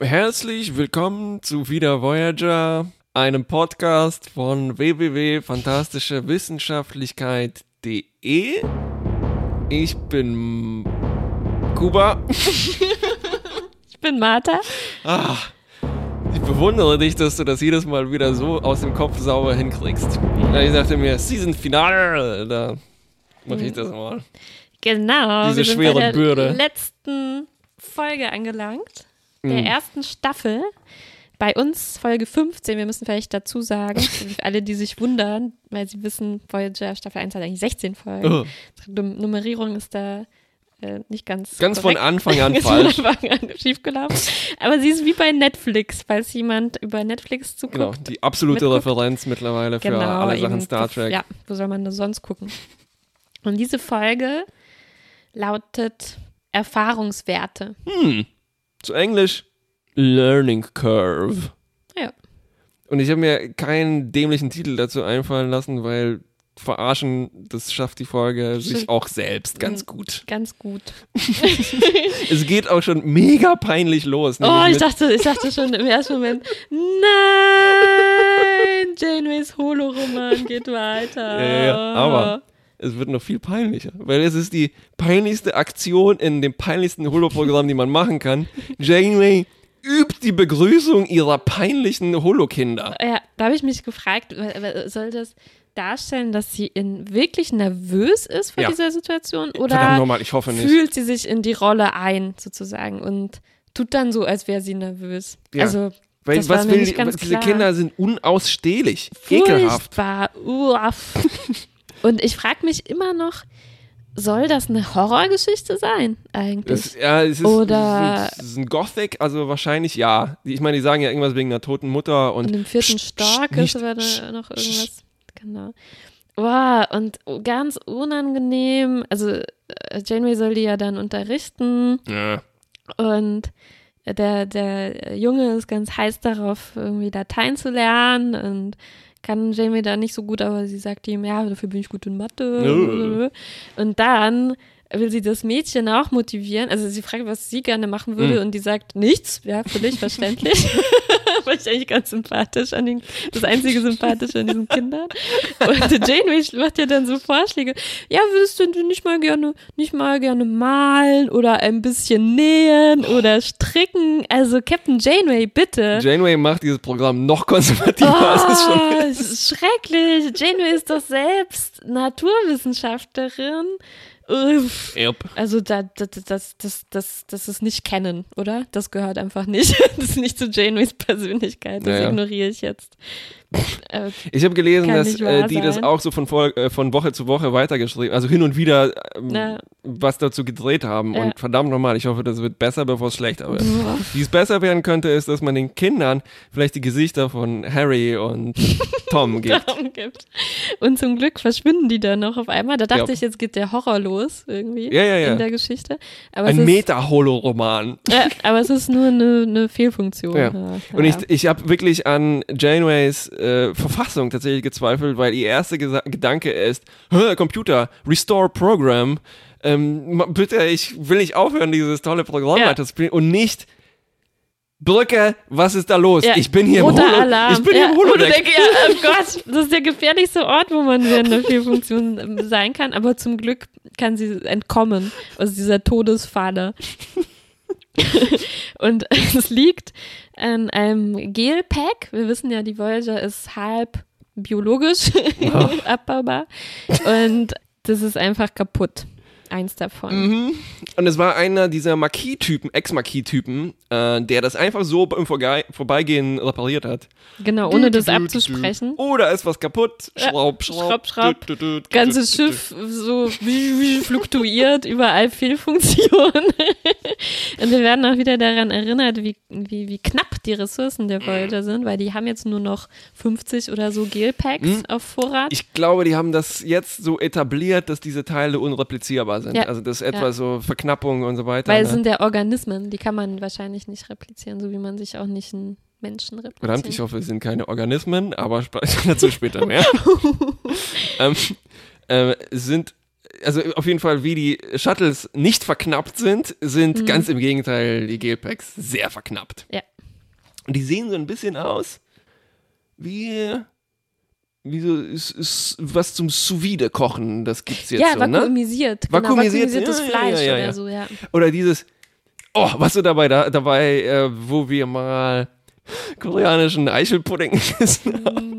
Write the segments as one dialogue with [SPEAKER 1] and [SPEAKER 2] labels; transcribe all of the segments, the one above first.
[SPEAKER 1] Herzlich willkommen zu Wieder Voyager, einem Podcast von www.fantastischewissenschaftlichkeit.de. Ich bin Kuba.
[SPEAKER 2] Ich bin Martha.
[SPEAKER 1] Ah, ich bewundere dich, dass du das jedes Mal wieder so aus dem Kopf sauber hinkriegst. Ja, Ich dachte mir, Season Finale, da mache ich das mal.
[SPEAKER 2] Genau.
[SPEAKER 1] Diese
[SPEAKER 2] wir sind
[SPEAKER 1] schwere
[SPEAKER 2] bei der
[SPEAKER 1] Bürde.
[SPEAKER 2] letzten Folge angelangt, der
[SPEAKER 1] Mm.
[SPEAKER 2] ersten Staffel. Bei uns Folge 15, wir müssen vielleicht dazu sagen, für alle, die sich wundern, weil sie wissen, Voyager Staffel 1 hat eigentlich 16 Folgen.
[SPEAKER 1] Oh.
[SPEAKER 2] Unsere Num- Nummerierung ist da äh, nicht ganz
[SPEAKER 1] Ganz von
[SPEAKER 2] korrekt.
[SPEAKER 1] Anfang an
[SPEAKER 2] Ganz
[SPEAKER 1] falsch.
[SPEAKER 2] von Anfang an schiefgelaufen. Aber sie ist wie bei Netflix, falls jemand über Netflix zuguckt.
[SPEAKER 1] Genau, die absolute
[SPEAKER 2] Mitguckt.
[SPEAKER 1] Referenz mittlerweile für alle Sachen
[SPEAKER 2] Genau, eben.
[SPEAKER 1] Star
[SPEAKER 2] Das-
[SPEAKER 1] Trek.
[SPEAKER 2] Ja, wo soll man das sonst gucken? Und diese Folge lautet Erfahrungswerte.
[SPEAKER 1] Zu Englisch Learning Curve.
[SPEAKER 2] Ja.
[SPEAKER 1] Und ich habe mir keinen dämlichen Titel dazu einfallen lassen, weil verarschen, das schafft die Folge sich
[SPEAKER 2] Stimmt.
[SPEAKER 1] auch selbst
[SPEAKER 2] Mhm.
[SPEAKER 1] ganz gut.
[SPEAKER 2] Ganz gut.
[SPEAKER 1] Es geht auch schon mega peinlich los.
[SPEAKER 2] Oh,
[SPEAKER 1] nämlich
[SPEAKER 2] ich
[SPEAKER 1] mit-
[SPEAKER 2] dachte, ich dachte schon im ersten Moment, nein, Janeways Holoroman geht weiter.
[SPEAKER 1] Ja, ja, ja. Aber es wird noch viel peinlicher, weil es ist die peinlichste Aktion in dem peinlichsten Holo-Programm, die man machen kann. Janeway übt die Begrüßung ihrer peinlichen Holo-Kinder.
[SPEAKER 2] Ja, da habe ich mich gefragt, wa- wa- soll das darstellen, dass sie in wirklich nervös ist vor
[SPEAKER 1] Ja.
[SPEAKER 2] dieser Situation
[SPEAKER 1] Verdammt
[SPEAKER 2] oder
[SPEAKER 1] nochmal, ich hoffe nicht.
[SPEAKER 2] fühlt sie sich in die Rolle ein sozusagen und tut dann so, als wäre sie nervös?
[SPEAKER 1] Ja.
[SPEAKER 2] Also
[SPEAKER 1] Weil,
[SPEAKER 2] das
[SPEAKER 1] was
[SPEAKER 2] war mir
[SPEAKER 1] will
[SPEAKER 2] nicht
[SPEAKER 1] die,
[SPEAKER 2] ganz
[SPEAKER 1] was- diese
[SPEAKER 2] klar.
[SPEAKER 1] Kinder sind unausstehlich, ekelhaft.
[SPEAKER 2] furchtbar. Uff. und ich frage mich immer noch, soll das eine Horrorgeschichte sein eigentlich?
[SPEAKER 1] Es, ja, es ist,
[SPEAKER 2] Oder-
[SPEAKER 1] es ist ein- es ist ein Gothic, also wahrscheinlich ja. Die- Ich meine, die sagen ja irgendwas wegen einer toten Mutter und
[SPEAKER 2] Und im vierten
[SPEAKER 1] Psst,
[SPEAKER 2] Stock
[SPEAKER 1] psst, nicht,
[SPEAKER 2] ist aber
[SPEAKER 1] psst,
[SPEAKER 2] da noch
[SPEAKER 1] psst.
[SPEAKER 2] irgendwas. Genau. Wow, und ganz unangenehm. Also äh, Janeway soll die ja dann unterrichten
[SPEAKER 1] Ja.
[SPEAKER 2] und der, der Junge ist ganz heiß darauf, irgendwie Latein zu lernen und kann Janeway da nicht so gut, aber sie sagt ihm, ja, dafür bin ich gut in
[SPEAKER 1] Nö.
[SPEAKER 2] Mathe. Und dann will sie das Mädchen auch motivieren. Also sie fragt, was sie gerne machen würde
[SPEAKER 1] Mhm.
[SPEAKER 2] und die sagt, nichts, ja, völlig verständlich. War ich eigentlich ganz sympathisch an den, das einzige Sympathische an diesen Kindern. Und die Janeway macht ja dann so Vorschläge. Ja, würdest du nicht mal gerne, nicht mal gerne malen oder ein bisschen nähen oder stricken? Also Captain Janeway, bitte.
[SPEAKER 1] Janeway macht dieses Programm noch konservativer, als es schon
[SPEAKER 2] Oh, es ist schrecklich. Janeway ist doch selbst Naturwissenschaftlerin. Uff.
[SPEAKER 1] Erb.
[SPEAKER 2] Also da, da, da- das, das, das, das ist nicht kennen, oder? Das gehört einfach nicht. Das ist nicht zu Janeways Persönlichkeit. Das
[SPEAKER 1] Naja.
[SPEAKER 2] ignoriere ich jetzt. Äh,
[SPEAKER 1] Ich habe gelesen,
[SPEAKER 2] Kann
[SPEAKER 1] dass
[SPEAKER 2] nicht wahr
[SPEAKER 1] äh, die das
[SPEAKER 2] sein.
[SPEAKER 1] auch so von, Vol- äh, von Woche zu Woche weitergeschrieben, also hin und wieder ähm,
[SPEAKER 2] Ja.
[SPEAKER 1] was dazu gedreht haben.
[SPEAKER 2] Ja.
[SPEAKER 1] Und verdammt nochmal, ich hoffe, das wird besser, bevor es schlechter wird. Wie es besser werden könnte, ist, dass man den Kindern vielleicht die Gesichter von Harry und Tom gibt.
[SPEAKER 2] Daumen gibt. Und zum Glück verschwinden die dann noch auf einmal. Da dachte
[SPEAKER 1] Ja.
[SPEAKER 2] ich, jetzt geht der Horror los irgendwie
[SPEAKER 1] Ja, ja, ja.
[SPEAKER 2] in der Geschichte. Aber, es
[SPEAKER 1] Ein
[SPEAKER 2] ist,
[SPEAKER 1] Meta-Holo-Roman.
[SPEAKER 2] äh, aber es ist nur eine, eine Fehlfunktion.
[SPEAKER 1] Ja.
[SPEAKER 2] Ja,
[SPEAKER 1] Und ich,
[SPEAKER 2] ja.
[SPEAKER 1] ich habe wirklich an Janeways äh, Verfassung tatsächlich gezweifelt, weil ihr erster Gesa Gedanke ist, "Hä, Computer, Restore Program, ähm, ma- bitte, ich will nicht aufhören, dieses tolle Programm
[SPEAKER 2] Ja.
[SPEAKER 1] weiter zu spielen und nicht Brücke, was ist da los?
[SPEAKER 2] Ja,
[SPEAKER 1] Ich bin hier
[SPEAKER 2] Roter
[SPEAKER 1] im Holo
[SPEAKER 2] Alarm.
[SPEAKER 1] Ich bin
[SPEAKER 2] ja,
[SPEAKER 1] hier im
[SPEAKER 2] wo du
[SPEAKER 1] Holodeck.
[SPEAKER 2] denkst, ja, oh Gott, das ist der gefährlichste Ort, wo man während einer Fehlfunktion ähm, sein kann. Aber zum Glück kann sie entkommen aus dieser Todesfalle. Und es liegt an einem Gelpack. Wir wissen ja, die Voyager ist halb biologisch abbaubar. Und das ist einfach kaputt. Eins
[SPEAKER 1] Mhm.
[SPEAKER 2] davon.
[SPEAKER 1] Und es war einer dieser Marquis-Typen, Ex-Marquis-Typen, äh, der das einfach so im Vorge Vorbeigehen repariert hat.
[SPEAKER 2] Genau, ohne das
[SPEAKER 1] Dü- dü- dü- dü-
[SPEAKER 2] abzusprechen.
[SPEAKER 1] Oder ist was kaputt?
[SPEAKER 2] Ja,
[SPEAKER 1] Schraub, schraub.
[SPEAKER 2] schraub, schraub.
[SPEAKER 1] dü- dü- dü-
[SPEAKER 2] ganzes
[SPEAKER 1] dü- dü-
[SPEAKER 2] Schiff so wie, wie fluktuiert, überall Fehlfunktionen. Und wir werden auch wieder daran erinnert, wie, wie, wie knapp die Ressourcen
[SPEAKER 1] Mhm.
[SPEAKER 2] der Voyager sind, weil die haben jetzt nur noch 50 oder so Gelpacks auf
[SPEAKER 1] Mhm.
[SPEAKER 2] Vorrat.
[SPEAKER 1] Ich glaube, die haben das jetzt so etabliert, dass diese Teile unreplizierbar sind.
[SPEAKER 2] Ja.
[SPEAKER 1] Also das ist etwa so Verknappung und so weiter.
[SPEAKER 2] weil
[SPEAKER 1] ne?
[SPEAKER 2] es sind ja Organismen, die kann man wahrscheinlich nicht replizieren, so wie man sich auch nicht einen Menschen repliziert.
[SPEAKER 1] Verdammt, ich hoffe, es sind keine Organismen, aber sp- dazu später mehr. ähm, äh, es sind also auf jeden Fall, wie die Shuttles nicht verknappt sind, sind ganz im Gegenteil die Gelpacks sehr verknappt.
[SPEAKER 2] Mhm. Ja.
[SPEAKER 1] Und die sehen so ein bisschen aus wie, wie so, ist, ist was zum Sous-Vide-Kochen, das gibt's jetzt
[SPEAKER 2] ja,
[SPEAKER 1] so, ne?
[SPEAKER 2] vakuumisiert.
[SPEAKER 1] Vakuumisiert,
[SPEAKER 2] genau, vakuumisiertes
[SPEAKER 1] ja, ja, ja,
[SPEAKER 2] Fleisch
[SPEAKER 1] ja, ja.
[SPEAKER 2] oder so, ja.
[SPEAKER 1] Oder dieses, oh, was du dabei, da, dabei äh, wo wir mal koreanischen Eichelpudding gegessen haben.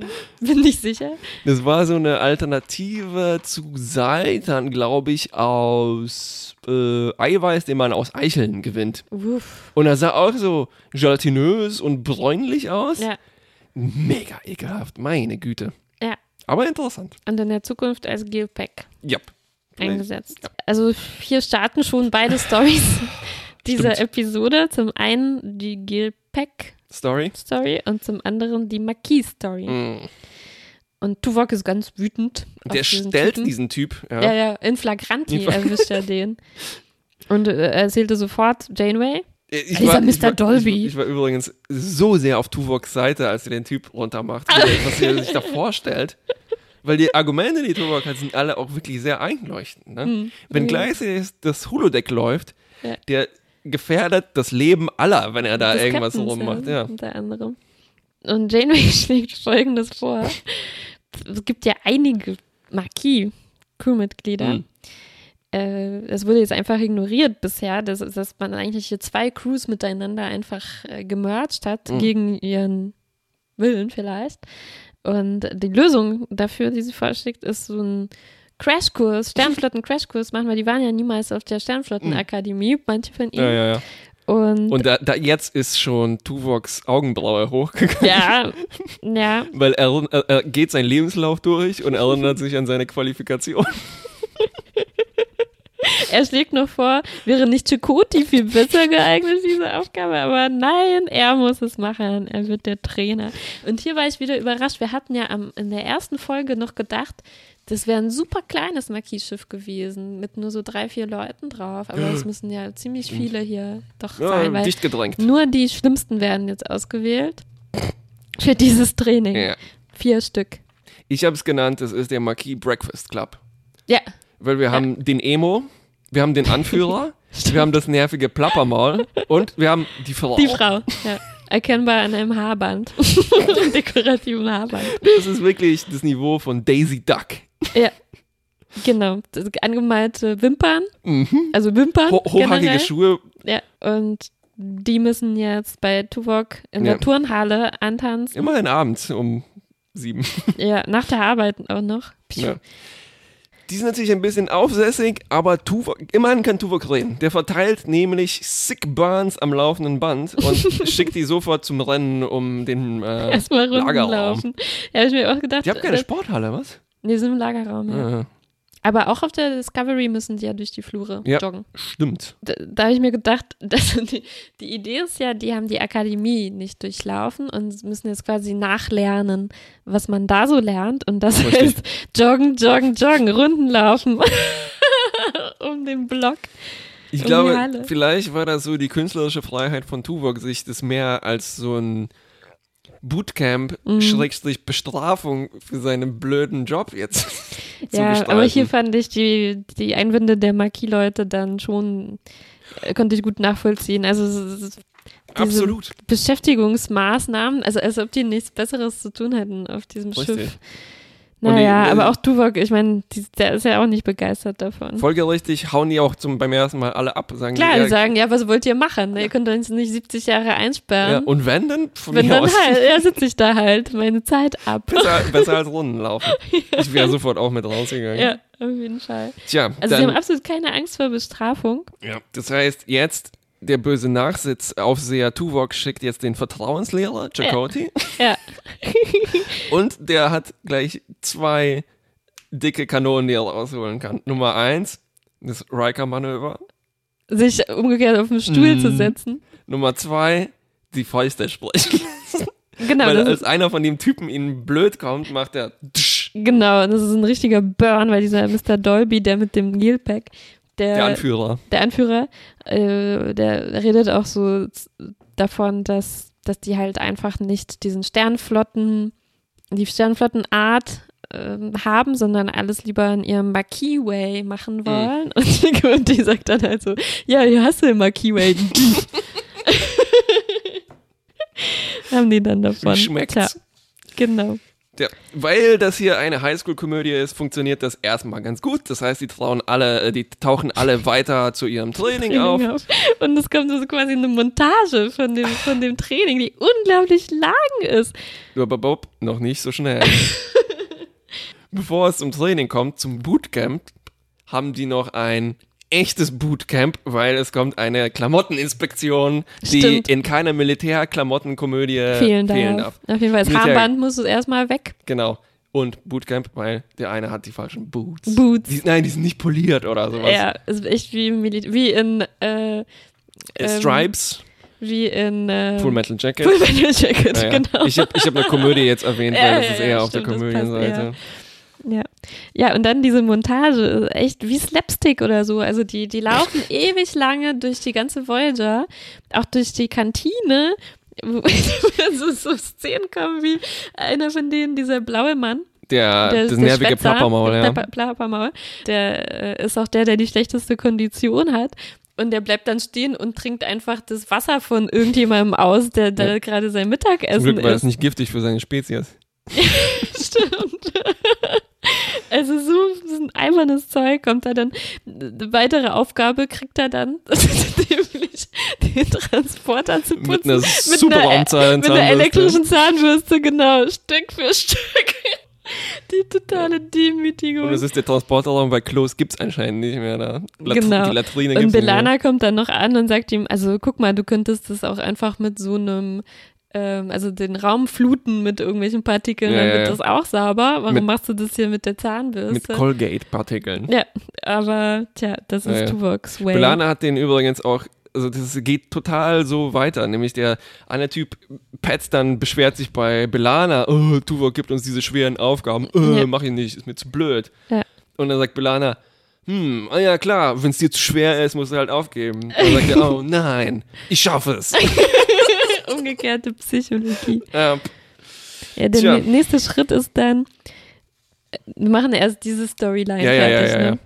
[SPEAKER 2] Hm, Bin nicht sicher.
[SPEAKER 1] Das war so eine Alternative zu Seitan, glaube ich, aus äh, Eiweiß, den man aus Eicheln gewinnt.
[SPEAKER 2] Uff.
[SPEAKER 1] Und er sah auch so gelatinös und bräunlich aus.
[SPEAKER 2] Ja,
[SPEAKER 1] Mega ekelhaft, meine Güte.
[SPEAKER 2] ja.
[SPEAKER 1] Aber interessant.
[SPEAKER 2] Und in der Zukunft als Geopack
[SPEAKER 1] Ja.
[SPEAKER 2] eingesetzt. Also hier starten schon beide Stories dieser Episode. Zum einen die Geopack
[SPEAKER 1] Story.
[SPEAKER 2] Story und zum anderen die Maquis Story.
[SPEAKER 1] Mm.
[SPEAKER 2] Und Tuvok ist ganz wütend. auf
[SPEAKER 1] Der
[SPEAKER 2] diesen
[SPEAKER 1] stellt
[SPEAKER 2] Typen.
[SPEAKER 1] diesen Typ. Ja.
[SPEAKER 2] Ja, ja, in flagranti
[SPEAKER 1] In Fla-
[SPEAKER 2] erwischt er den. Und äh, er erzählte sofort Janeway.
[SPEAKER 1] Äh, Ich
[SPEAKER 2] Dieser Mr.
[SPEAKER 1] ich war,
[SPEAKER 2] Dolby.
[SPEAKER 1] Ich, ich war übrigens so sehr auf Tuvoks Seite, als er den Typ runtermacht, wie- was er sich da vorstellt. Weil die Argumente, die Tuvok hat, sind alle auch wirklich sehr einleuchtend. Ne? Wenn gleichzeitig das Holodeck läuft,
[SPEAKER 2] Hm. Ja.
[SPEAKER 1] der gefährdet das Leben aller, wenn er da
[SPEAKER 2] des
[SPEAKER 1] irgendwas
[SPEAKER 2] Captains,
[SPEAKER 1] rummacht.
[SPEAKER 2] ja,
[SPEAKER 1] Ja.
[SPEAKER 2] Unter anderem. Und Janeway schlägt folgendes vor. Es gibt ja einige Marquis-Crewmitglieder.
[SPEAKER 1] Mhm.
[SPEAKER 2] Äh, es wurde jetzt einfach ignoriert bisher, dass, dass man eigentlich hier zwei Crews miteinander einfach äh, gemerged hat,
[SPEAKER 1] Mhm.
[SPEAKER 2] gegen ihren Willen vielleicht. Und die Lösung dafür, die sie vorschlägt, ist so ein Crashkurs, Sternflotten-Crashkurs machen, weil die waren ja niemals auf der Sternflottenakademie, manche von ihnen.
[SPEAKER 1] Mhm. Ja, ja, ja.
[SPEAKER 2] Und,
[SPEAKER 1] Und da, da jetzt ist schon Tuvoks Augenbraue hochgegangen,
[SPEAKER 2] ja, ja,
[SPEAKER 1] weil er, er, er geht seinen Lebenslauf durch und erinnert sich an seine Qualifikation.
[SPEAKER 2] er schlägt noch vor, wäre nicht Chakoti viel besser geeignet für diese Aufgabe, aber nein, er muss es machen, er wird der Trainer. Und hier war ich wieder überrascht, wir hatten ja am, in der ersten Folge noch gedacht, das wäre ein super kleines Marquis-Schiff gewesen, mit nur so drei, vier Leuten drauf, aber es müssen ja ziemlich viele hier doch sein,
[SPEAKER 1] Ja,
[SPEAKER 2] weil
[SPEAKER 1] dicht gedrängt.
[SPEAKER 2] nur die Schlimmsten werden jetzt ausgewählt für dieses Training.
[SPEAKER 1] Ja.
[SPEAKER 2] Vier Stück.
[SPEAKER 1] Ich habe es genannt, das ist der Marquis Breakfast Club.
[SPEAKER 2] Ja,
[SPEAKER 1] Weil wir haben den Emo, wir haben den Anführer, wir haben das nervige Plappermaul und wir haben die Frau.
[SPEAKER 2] Die Frau, ja. Erkennbar an einem Haarband. Einem dekorativen Haarband.
[SPEAKER 1] Das ist wirklich das Niveau von Daisy Duck.
[SPEAKER 2] Ja. Genau. Das angemalte Wimpern. Also Wimpern.
[SPEAKER 1] Mhm. Ho hochhackige
[SPEAKER 2] generell.
[SPEAKER 1] Schuhe.
[SPEAKER 2] Ja. Und die müssen jetzt bei Tuvok in
[SPEAKER 1] Ja.
[SPEAKER 2] der Turnhalle antanzen.
[SPEAKER 1] Immerhin abends um sieben.
[SPEAKER 2] Ja, nach der Arbeit auch noch. Piu.
[SPEAKER 1] Ja. Die sind natürlich ein bisschen aufsässig, aber Tuvok, immerhin kann Tuvok reden. Der verteilt nämlich Sick Burns am laufenden Band und schickt die sofort zum Rennen um den äh,
[SPEAKER 2] Erstmal
[SPEAKER 1] Lagerraum.
[SPEAKER 2] rumlaufen. Ja, hab ich mir auch gedacht.
[SPEAKER 1] Die haben keine
[SPEAKER 2] das-
[SPEAKER 1] Sporthalle, was? Äh,
[SPEAKER 2] Nee, sind im Lagerraum. Ja.
[SPEAKER 1] Ja.
[SPEAKER 2] Aber auch auf der Discovery müssen sie ja durch die Flure
[SPEAKER 1] Ja.
[SPEAKER 2] joggen.
[SPEAKER 1] Stimmt.
[SPEAKER 2] da, da habe ich mir gedacht, dass die, die Idee ist ja, die haben die Akademie nicht durchlaufen und müssen jetzt quasi nachlernen, was man da so lernt. Und das
[SPEAKER 1] Richtig.
[SPEAKER 2] heißt joggen, joggen, joggen, Runden laufen um den Block.
[SPEAKER 1] Ich
[SPEAKER 2] Um die
[SPEAKER 1] glaube,
[SPEAKER 2] Halle.
[SPEAKER 1] vielleicht war das so die künstlerische Freiheit von Tuvok, sich das mehr als so ein Bootcamp,
[SPEAKER 2] Mhm.
[SPEAKER 1] Schrägstrich Bestrafung für seinen blöden Job jetzt zu
[SPEAKER 2] Ja,
[SPEAKER 1] gestalten.
[SPEAKER 2] aber hier fand ich die, die Einwände der Marquis-Leute dann schon, äh, konnte ich gut nachvollziehen. Also es ist diese
[SPEAKER 1] Absolut.
[SPEAKER 2] Beschäftigungsmaßnahmen, also als ob die nichts Besseres zu tun hätten auf diesem
[SPEAKER 1] Richtig.
[SPEAKER 2] Schiff.
[SPEAKER 1] Und die-
[SPEAKER 2] Naja,
[SPEAKER 1] äh,
[SPEAKER 2] aber auch Tuvok, ich meine, die- der ist ja auch nicht begeistert davon.
[SPEAKER 1] Folgerichtig hauen die auch zum, beim ersten Mal alle ab. Sagen
[SPEAKER 2] Klar,
[SPEAKER 1] die,
[SPEAKER 2] die sagen, ja, was wollt ihr machen? Ne? Ihr könnt uns nicht 70 Jahre
[SPEAKER 1] ja,
[SPEAKER 2] einsperren.
[SPEAKER 1] Und wenn dann? Von
[SPEAKER 2] Wenn
[SPEAKER 1] mir
[SPEAKER 2] dann
[SPEAKER 1] aus.
[SPEAKER 2] halt, ja, sitze ich da halt meine Zeit ab.
[SPEAKER 1] Besser, besser als Runden laufen. Ich wäre sofort auch mit rausgegangen.
[SPEAKER 2] Ja, auf jeden Fall.
[SPEAKER 1] Tja,
[SPEAKER 2] Also sie haben
[SPEAKER 1] dann,
[SPEAKER 2] absolut keine Angst vor Bestrafung.
[SPEAKER 1] ja. das heißt, jetzt der böse Nachsitzaufseher Tuvok schickt jetzt den Vertrauenslehrer, Chakoti,
[SPEAKER 2] Ja,
[SPEAKER 1] Und der hat gleich zwei dicke Kanonen, die er rausholen kann. Nummer eins, das Riker-Manöver.
[SPEAKER 2] sich umgekehrt auf den
[SPEAKER 1] Mhm.
[SPEAKER 2] Stuhl zu setzen.
[SPEAKER 1] Nummer zwei, die Fäuste sprechen.
[SPEAKER 2] Genau,
[SPEAKER 1] Weil also
[SPEAKER 2] das
[SPEAKER 1] als
[SPEAKER 2] ist,
[SPEAKER 1] einer von dem Typen ihnen blöd kommt, macht er tsch,
[SPEAKER 2] genau, das ist ein richtiger Burn, weil dieser Mr. Dolby, der mit dem Gilpack, der,
[SPEAKER 1] der Anführer.
[SPEAKER 2] der Anführer, äh, der redet auch so z- davon, dass, dass die halt einfach nicht diesen Sternflotten, die Sternflottenart ähm, haben, sondern alles lieber in ihrem Maquis-Way
[SPEAKER 1] Mhm.
[SPEAKER 2] machen wollen. Und, und die sagt dann halt so, ja, hier hast du den Maquis-Way. haben die dann davon.
[SPEAKER 1] Schmeckt's.
[SPEAKER 2] Tja, genau.
[SPEAKER 1] Ja, weil das hier eine Highschool-Komödie ist, funktioniert das erstmal ganz gut. Das heißt, die trauen alle, äh, die tauchen alle weiter zu ihrem Training auf.
[SPEAKER 2] Training auf. Und es kommt so quasi eine Montage von dem, von dem Training, die unglaublich lang ist.
[SPEAKER 1] Nur bei Bob noch nicht so schnell. Bevor es zum Training kommt, zum Bootcamp, haben die noch ein echtes Bootcamp, weil es kommt eine Klamotteninspektion, die
[SPEAKER 2] Stimmt.
[SPEAKER 1] in keiner Militärklamottenkomödie
[SPEAKER 2] Fehlen darf.
[SPEAKER 1] fehlen darf.
[SPEAKER 2] Auf jeden Fall, das
[SPEAKER 1] Militär-
[SPEAKER 2] Armband muss es erstmal weg.
[SPEAKER 1] Genau. Und Bootcamp, weil der eine hat die falschen Boots.
[SPEAKER 2] Boots.
[SPEAKER 1] Die, nein, die sind nicht poliert oder sowas.
[SPEAKER 2] Ja, ist echt wie, im Mili- wie in, äh,
[SPEAKER 1] Äh,
[SPEAKER 2] ähm,
[SPEAKER 1] Stripes,
[SPEAKER 2] wie in, äh,
[SPEAKER 1] Full Metal Jacket.
[SPEAKER 2] Full Metal Jacket,
[SPEAKER 1] Naja.
[SPEAKER 2] genau.
[SPEAKER 1] Ich habe ich hab eine Komödie jetzt erwähnt,
[SPEAKER 2] Ja,
[SPEAKER 1] weil das
[SPEAKER 2] ja,
[SPEAKER 1] ist
[SPEAKER 2] ja,
[SPEAKER 1] eher auf der
[SPEAKER 2] stimmt, das passt
[SPEAKER 1] Komödienseite.
[SPEAKER 2] Ja. ja, und dann diese Montage, ist echt wie Slapstick oder so. Also die, die laufen ewig lange durch die ganze Voyager, auch durch die Kantine, wo so, so Szenen kommen wie einer von denen, dieser blaue Mann,
[SPEAKER 1] Der,
[SPEAKER 2] der,
[SPEAKER 1] das
[SPEAKER 2] der
[SPEAKER 1] nervige
[SPEAKER 2] Schwätzer,
[SPEAKER 1] Plappermaul, ja.
[SPEAKER 2] Der Pla- Plappermaul, der äh, ist auch der, der die schlechteste Kondition hat. Und der bleibt dann stehen und trinkt einfach das Wasser von irgendjemandem aus, der da
[SPEAKER 1] Ja.
[SPEAKER 2] gerade sein
[SPEAKER 1] Zum
[SPEAKER 2] Mittagessen
[SPEAKER 1] Glück war
[SPEAKER 2] isst.
[SPEAKER 1] das nicht giftig für seine Spezies.
[SPEAKER 2] Stimmt. Also so so ein albernes Zeug kommt da dann. Eine weitere Aufgabe kriegt er dann, nämlich den Transporter zu putzen.
[SPEAKER 1] Mit einer super
[SPEAKER 2] einer- e-
[SPEAKER 1] Raumzahl
[SPEAKER 2] Mit einer elektrischen Zahnbürste, genau. Stück für Stück. Die totale Demütigung.
[SPEAKER 1] Und es ist der Transporterraum, weil Klos gibt's anscheinend nicht mehr da. Latri
[SPEAKER 2] Genau.
[SPEAKER 1] Die Latrine
[SPEAKER 2] Und
[SPEAKER 1] gibt's nicht mehr.
[SPEAKER 2] Belana kommt dann noch an und sagt ihm, also guck mal, du könntest das auch einfach mit so einem, ähm, also den Raum fluten mit irgendwelchen Partikeln,
[SPEAKER 1] Ja,
[SPEAKER 2] dann
[SPEAKER 1] ja,
[SPEAKER 2] wird
[SPEAKER 1] ja.
[SPEAKER 2] das auch sauber. Warum
[SPEAKER 1] Mit-
[SPEAKER 2] machst du das hier mit der Zahnbürste?
[SPEAKER 1] Mit Colgate-Partikeln.
[SPEAKER 2] Ja, aber tja, das ist
[SPEAKER 1] Ja, ja.
[SPEAKER 2] Tuvok's Way.
[SPEAKER 1] Belana hat den übrigens auch, also das geht total so weiter. Nämlich der eine Typ, Pets, dann beschwert sich bei Belana, oh, Tuvok gibt uns diese schweren Aufgaben, oh,
[SPEAKER 2] Ja.
[SPEAKER 1] mach ich nicht, ist mir zu blöd.
[SPEAKER 2] Ja.
[SPEAKER 1] Und dann sagt Belana, hm, ah ja klar, wenn es dir zu schwer ist, musst du halt aufgeben. Dann sagt er, oh nein, ich schaffe es.
[SPEAKER 2] Umgekehrte Psychologie.
[SPEAKER 1] Ähm,
[SPEAKER 2] Ja, der
[SPEAKER 1] Tja.
[SPEAKER 2] nä- nächste Schritt ist dann, äh, wir machen erst diese Storyline
[SPEAKER 1] Ja, ja, ja,
[SPEAKER 2] fertig.
[SPEAKER 1] ja, ja.
[SPEAKER 2] ne?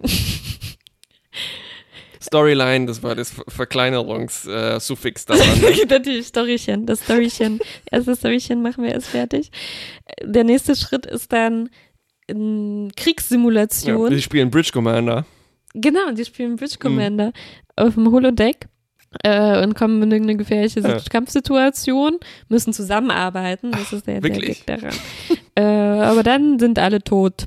[SPEAKER 1] Storyline, das war das Ver- Verkleinerungssuffix da. dran.
[SPEAKER 2] Natürlich, Storychen, das Storychen. Erst das Storychen machen wir erst fertig. Der nächste Schritt ist dann ähm,
[SPEAKER 1] Ja,
[SPEAKER 2] Kriegssimulation.
[SPEAKER 1] die spielen Bridge Commander.
[SPEAKER 2] genau, die spielen Bridge
[SPEAKER 1] Hm.
[SPEAKER 2] Commander auf dem Holodeck äh, und kommen in irgendeine gefährliche
[SPEAKER 1] Ja.
[SPEAKER 2] Kampfsituation, müssen zusammenarbeiten. Das ist der, der
[SPEAKER 1] wirklich?
[SPEAKER 2] Gag daran. äh, aber dann sind alle tot.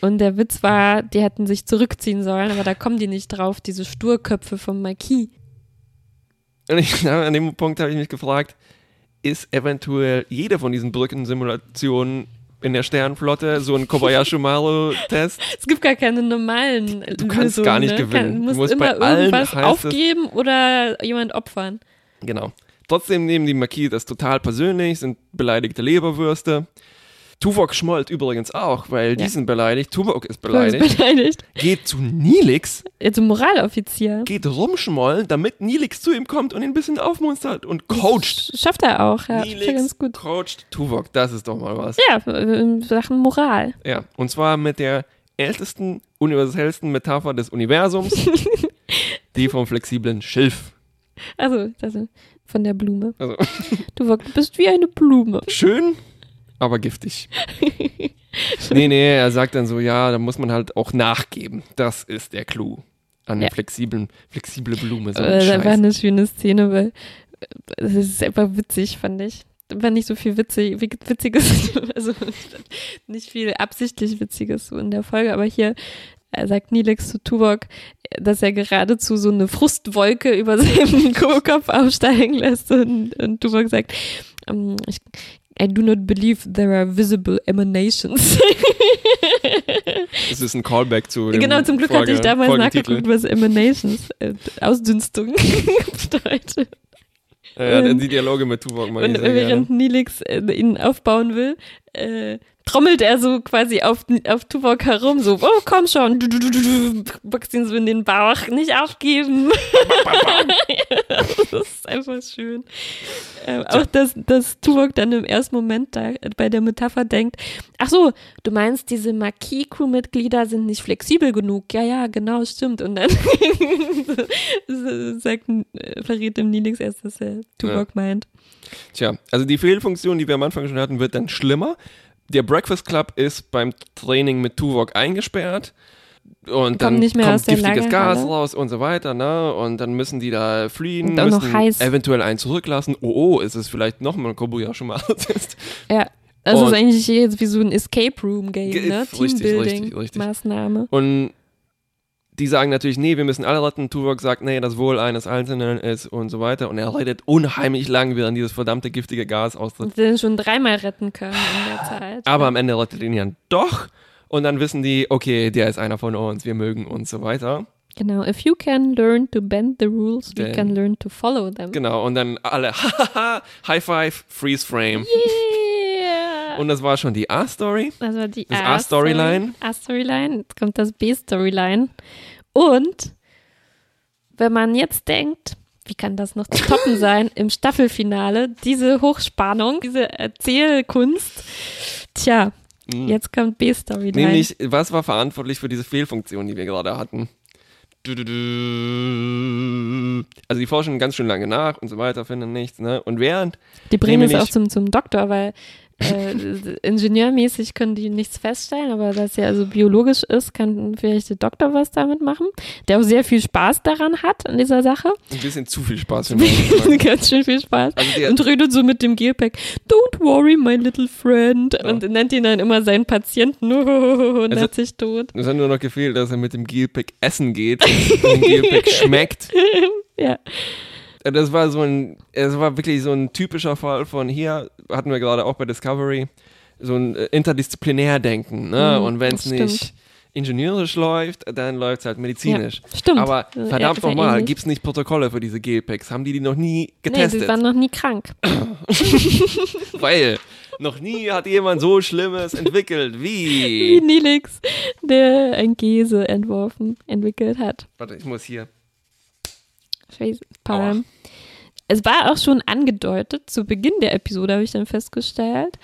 [SPEAKER 2] Und der Witz war, die hätten sich zurückziehen sollen, aber da kommen die nicht drauf, diese Sturköpfe vom Marquis.
[SPEAKER 1] Und ich, an dem Punkt habe ich mich gefragt, ist eventuell jede von diesen Brückensimulationen in der Sternenflotte so ein Kobayashi Maru-Test?
[SPEAKER 2] Es gibt gar keine normalen
[SPEAKER 1] Du kannst
[SPEAKER 2] Lösungen,
[SPEAKER 1] gar nicht
[SPEAKER 2] ne?
[SPEAKER 1] gewinnen.
[SPEAKER 2] Kann,
[SPEAKER 1] Du
[SPEAKER 2] musst,
[SPEAKER 1] musst
[SPEAKER 2] immer
[SPEAKER 1] bei allen
[SPEAKER 2] irgendwas
[SPEAKER 1] heißt es-
[SPEAKER 2] aufgeben oder jemand opfern.
[SPEAKER 1] genau. Trotzdem nehmen die Marquis das total persönlich, sind beleidigte Leberwürste. Tuvok schmollt übrigens auch, weil die
[SPEAKER 2] Ja.
[SPEAKER 1] sind beleidigt. Tuvok ist
[SPEAKER 2] Beleidigt.
[SPEAKER 1] beleidigt.
[SPEAKER 2] beleidigt.
[SPEAKER 1] Geht zu Nilix,
[SPEAKER 2] Jetzt ein Moraloffizier.
[SPEAKER 1] geht rumschmollen, damit Nilix zu ihm kommt und ihn ein bisschen aufmunstert und coacht.
[SPEAKER 2] Das Schafft er auch, ja. Schafft er
[SPEAKER 1] Nilix
[SPEAKER 2] ganz gut.
[SPEAKER 1] coacht Tuvok, das ist doch mal was.
[SPEAKER 2] Ja, in Sachen Moral.
[SPEAKER 1] Ja, und zwar mit der ältesten, universellsten Metapher des Universums, die vom flexiblen Schilf.
[SPEAKER 2] Also, also von der Blume.
[SPEAKER 1] Also
[SPEAKER 2] Du wirk- bist wie eine Blume.
[SPEAKER 1] schön, aber giftig. Nee, nee, er sagt dann so, ja, da muss man halt auch nachgeben. Das ist der Clou an der
[SPEAKER 2] Ja.
[SPEAKER 1] flexiblen, flexible Blume. So ein
[SPEAKER 2] Äh, Das war
[SPEAKER 1] Scheiß.
[SPEAKER 2] eine schöne Szene, weil äh, es ist einfach witzig, fand ich. Da War nicht so viel witzig, wie- Witziges, also nicht viel absichtlich Witziges so in der Folge, aber hier äh, sagt Nilix zu Tuvok, äh, dass er geradezu so eine Frustwolke über seinen Kopf aufsteigen lässt und, und Tuvok sagt, ähm, ich, I do not believe there are visible emanations.
[SPEAKER 1] Das ist ein Callback zu dem
[SPEAKER 2] Genau, zum Glück
[SPEAKER 1] Folge,
[SPEAKER 2] hatte ich damals
[SPEAKER 1] Folgentitel.
[SPEAKER 2] nachgeguckt, was Emanations, äh, Ausdünstung bedeutet.
[SPEAKER 1] Ja, dann die Dialoge mit Tuvok mal
[SPEAKER 2] Ähm, Und
[SPEAKER 1] sehr gerne.
[SPEAKER 2] während Nilix äh, ihn aufbauen will, äh, trommelt er so quasi auf, auf Tuvok herum, so, oh, komm schon, du, du, du, du, du, boxt ihn so in den Bauch, nicht aufgeben. das ist einfach voll schön. Ähm, auch, dass, dass Tuvok dann im ersten Moment da äh, bei der Metapher denkt, ach so, du meinst, diese Marquis-Crew-Mitglieder sind nicht flexibel genug. Ja, ja, genau, stimmt. Und dann sagt, äh, verrät dem Nilix erst, dass er Tuvok meint.
[SPEAKER 1] Tja, also die Fehlfunktion, die wir am Anfang schon hatten, wird dann schlimmer. Der Breakfast Club ist beim Training mit Tuvok eingesperrt. Und dann
[SPEAKER 2] nicht mehr
[SPEAKER 1] kommt
[SPEAKER 2] aus der
[SPEAKER 1] giftiges Gas
[SPEAKER 2] Lagerhalle.
[SPEAKER 1] raus und so weiter, ne? Und dann müssen die da fliehen,
[SPEAKER 2] Und auch noch
[SPEAKER 1] müssen
[SPEAKER 2] heiß.
[SPEAKER 1] eventuell einen zurücklassen. Oh, oh, ist es vielleicht nochmal ein Kobuya schon mal ist.
[SPEAKER 2] Ja. Also
[SPEAKER 1] Und-
[SPEAKER 2] ist eigentlich jetzt wie so ein Escape Room Game,
[SPEAKER 1] Ge- äh,
[SPEAKER 2] ne?
[SPEAKER 1] richtig, richtig, richtig.
[SPEAKER 2] Teambuilding-Maßnahme.
[SPEAKER 1] Und die sagen natürlich, nee, wir müssen alle retten. Tuvok sagt, nee, das Wohl eines Einzelnen ist und so weiter. Und er redet unheimlich lang, während dieses verdammte giftige Gas austritt.
[SPEAKER 2] Und den schon dreimal retten können in der Zeit.
[SPEAKER 1] Aber am Ende rettet ihn dann doch. Und dann wissen die, okay, der ist einer von uns, wir mögen und so weiter.
[SPEAKER 2] Genau. If you can learn to bend the rules,
[SPEAKER 1] Then-
[SPEAKER 2] we can learn to follow them.
[SPEAKER 1] Genau, und dann alle, hahaha, High Five, Freeze Frame.
[SPEAKER 2] Yeah!
[SPEAKER 1] Und das war schon die A-Story.
[SPEAKER 2] das war die
[SPEAKER 1] das
[SPEAKER 2] A-
[SPEAKER 1] A-Storyline.
[SPEAKER 2] A-Storyline. Jetzt kommt das B-Storyline. Und wenn man jetzt denkt, wie kann das noch zu toppen sein im Staffelfinale, diese Hochspannung, diese Erzählkunst, tja,
[SPEAKER 1] Mm.
[SPEAKER 2] jetzt kommt B-Storyline.
[SPEAKER 1] Nämlich, was war verantwortlich für diese Fehlfunktion, die wir gerade hatten? Du, du, du. Also die forschen ganz schön lange nach und so weiter, finden nichts. Ne? Und während
[SPEAKER 2] Die bringen es
[SPEAKER 1] Nämlich-
[SPEAKER 2] auch zum, zum Doktor, weil äh, ingenieurmäßig können die nichts feststellen, aber dass er also biologisch ist, kann vielleicht der Doktor was damit machen, der auch sehr viel Spaß daran hat an dieser Sache.
[SPEAKER 1] ein bisschen zu viel Spaß für mich.
[SPEAKER 2] Ganz schön viel Spaß.
[SPEAKER 1] Also der-
[SPEAKER 2] und redet so mit dem Gearpack, don't worry, my little friend. Und nennt ihn dann immer seinen Patienten und
[SPEAKER 1] Also-
[SPEAKER 2] hat sich tot.
[SPEAKER 1] Es hat nur noch gefehlt, dass er mit dem Gearpack essen geht und den Gearpack schmeckt.
[SPEAKER 2] Ja.
[SPEAKER 1] Äh, Das war so ein, es war wirklich so ein typischer Fall von hier, hatten wir gerade auch bei Discovery, so ein äh, Interdisziplinärdenken. Ne?
[SPEAKER 2] Mhm,
[SPEAKER 1] und wenn es
[SPEAKER 2] das
[SPEAKER 1] nicht
[SPEAKER 2] stimmt.
[SPEAKER 1] ingenieurisch läuft, dann läuft es halt medizinisch.
[SPEAKER 2] Ja, stimmt.
[SPEAKER 1] Aber
[SPEAKER 2] Ja,
[SPEAKER 1] verdammt
[SPEAKER 2] ist ja
[SPEAKER 1] nochmal,
[SPEAKER 2] ähnlich.
[SPEAKER 1] gibt es nicht Protokolle für diese Gearpacks? Haben die die noch nie
[SPEAKER 2] Nee, die
[SPEAKER 1] getestet?
[SPEAKER 2] waren noch nie krank.
[SPEAKER 1] Weil noch nie hat jemand so Schlimmes entwickelt
[SPEAKER 2] Wie
[SPEAKER 1] wie...
[SPEAKER 2] Nilix, der ein Gese entworfen, entwickelt hat.
[SPEAKER 1] Warte, ich muss hier...
[SPEAKER 2] Face Palm. Es war auch schon angedeutet, zu Beginn der Episode habe ich dann festgestellt.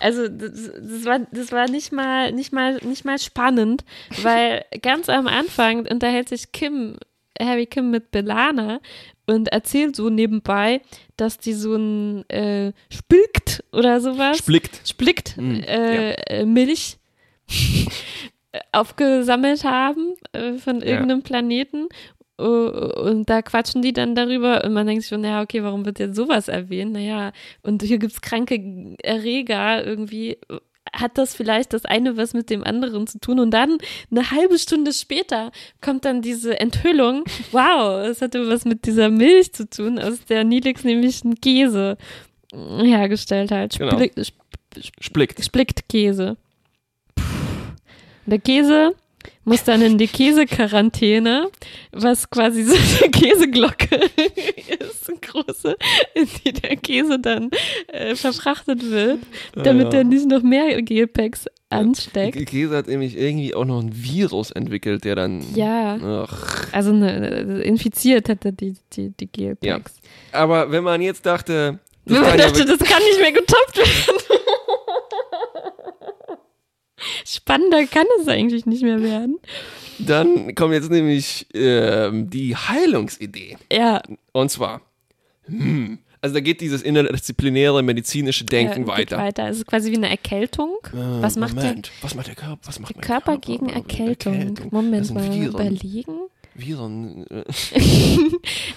[SPEAKER 2] Also das, das, war, das war nicht mal, nicht mal, nicht mal spannend, weil ganz am Anfang unterhält sich Kim, Harry Kim mit Belana und erzählt so nebenbei, dass die so ein äh, Spilkt oder sowas.
[SPEAKER 1] Splickt.
[SPEAKER 2] Splickt
[SPEAKER 1] Mm,
[SPEAKER 2] äh, äh, Milch aufgesammelt haben äh, von irgendeinem Planeten. Äh, Und da quatschen die dann darüber und man denkt sich schon, naja, okay, warum wird jetzt sowas erwähnt? Naja, und hier gibt es kranke Erreger irgendwie. äh, Hat das vielleicht das eine was mit dem anderen zu tun? Und dann eine halbe Stunde später kommt dann diese Enthüllung. Wow, es hatte was mit dieser Milch zu tun, aus der Nilix nämlich einen Käse hergestellt hat.
[SPEAKER 1] Genau.
[SPEAKER 2] Spli sp
[SPEAKER 1] Splickt.
[SPEAKER 2] Splickt Käse. Der Käse muss dann in die Käsequarantäne, was quasi so eine Käseglocke ist, eine große, in die der Käse dann äh, verfrachtet wird, damit
[SPEAKER 1] Ah, Ja.
[SPEAKER 2] er nicht noch mehr Gelpacks ansteckt.
[SPEAKER 1] K- Käse hat nämlich irgendwie auch noch ein Virus entwickelt, der dann.
[SPEAKER 2] Ja,
[SPEAKER 1] Ach.
[SPEAKER 2] also ne, infiziert hat er die, die, die Gelpacks.
[SPEAKER 1] Aber wenn man jetzt dachte. das kann
[SPEAKER 2] Wenn man
[SPEAKER 1] ja
[SPEAKER 2] dachte,
[SPEAKER 1] wirklich-
[SPEAKER 2] das kann nicht mehr getoppt werden. Spannender kann es eigentlich nicht mehr werden.
[SPEAKER 1] dann kommt jetzt nämlich ähm, die Heilungsidee.
[SPEAKER 2] Ja,
[SPEAKER 1] Und zwar. Hm, also da geht dieses interdisziplinäre medizinische Denken
[SPEAKER 2] Ja, geht
[SPEAKER 1] weiter.
[SPEAKER 2] weiter. Es ist quasi wie eine Erkältung.
[SPEAKER 1] Äh,
[SPEAKER 2] Was macht der
[SPEAKER 1] Moment, was macht der Körper? Was macht mein
[SPEAKER 2] Körper gegen Erkältung? Moment
[SPEAKER 1] das
[SPEAKER 2] mal,
[SPEAKER 1] sind Viren.
[SPEAKER 2] überlegen.
[SPEAKER 1] Viren. äh,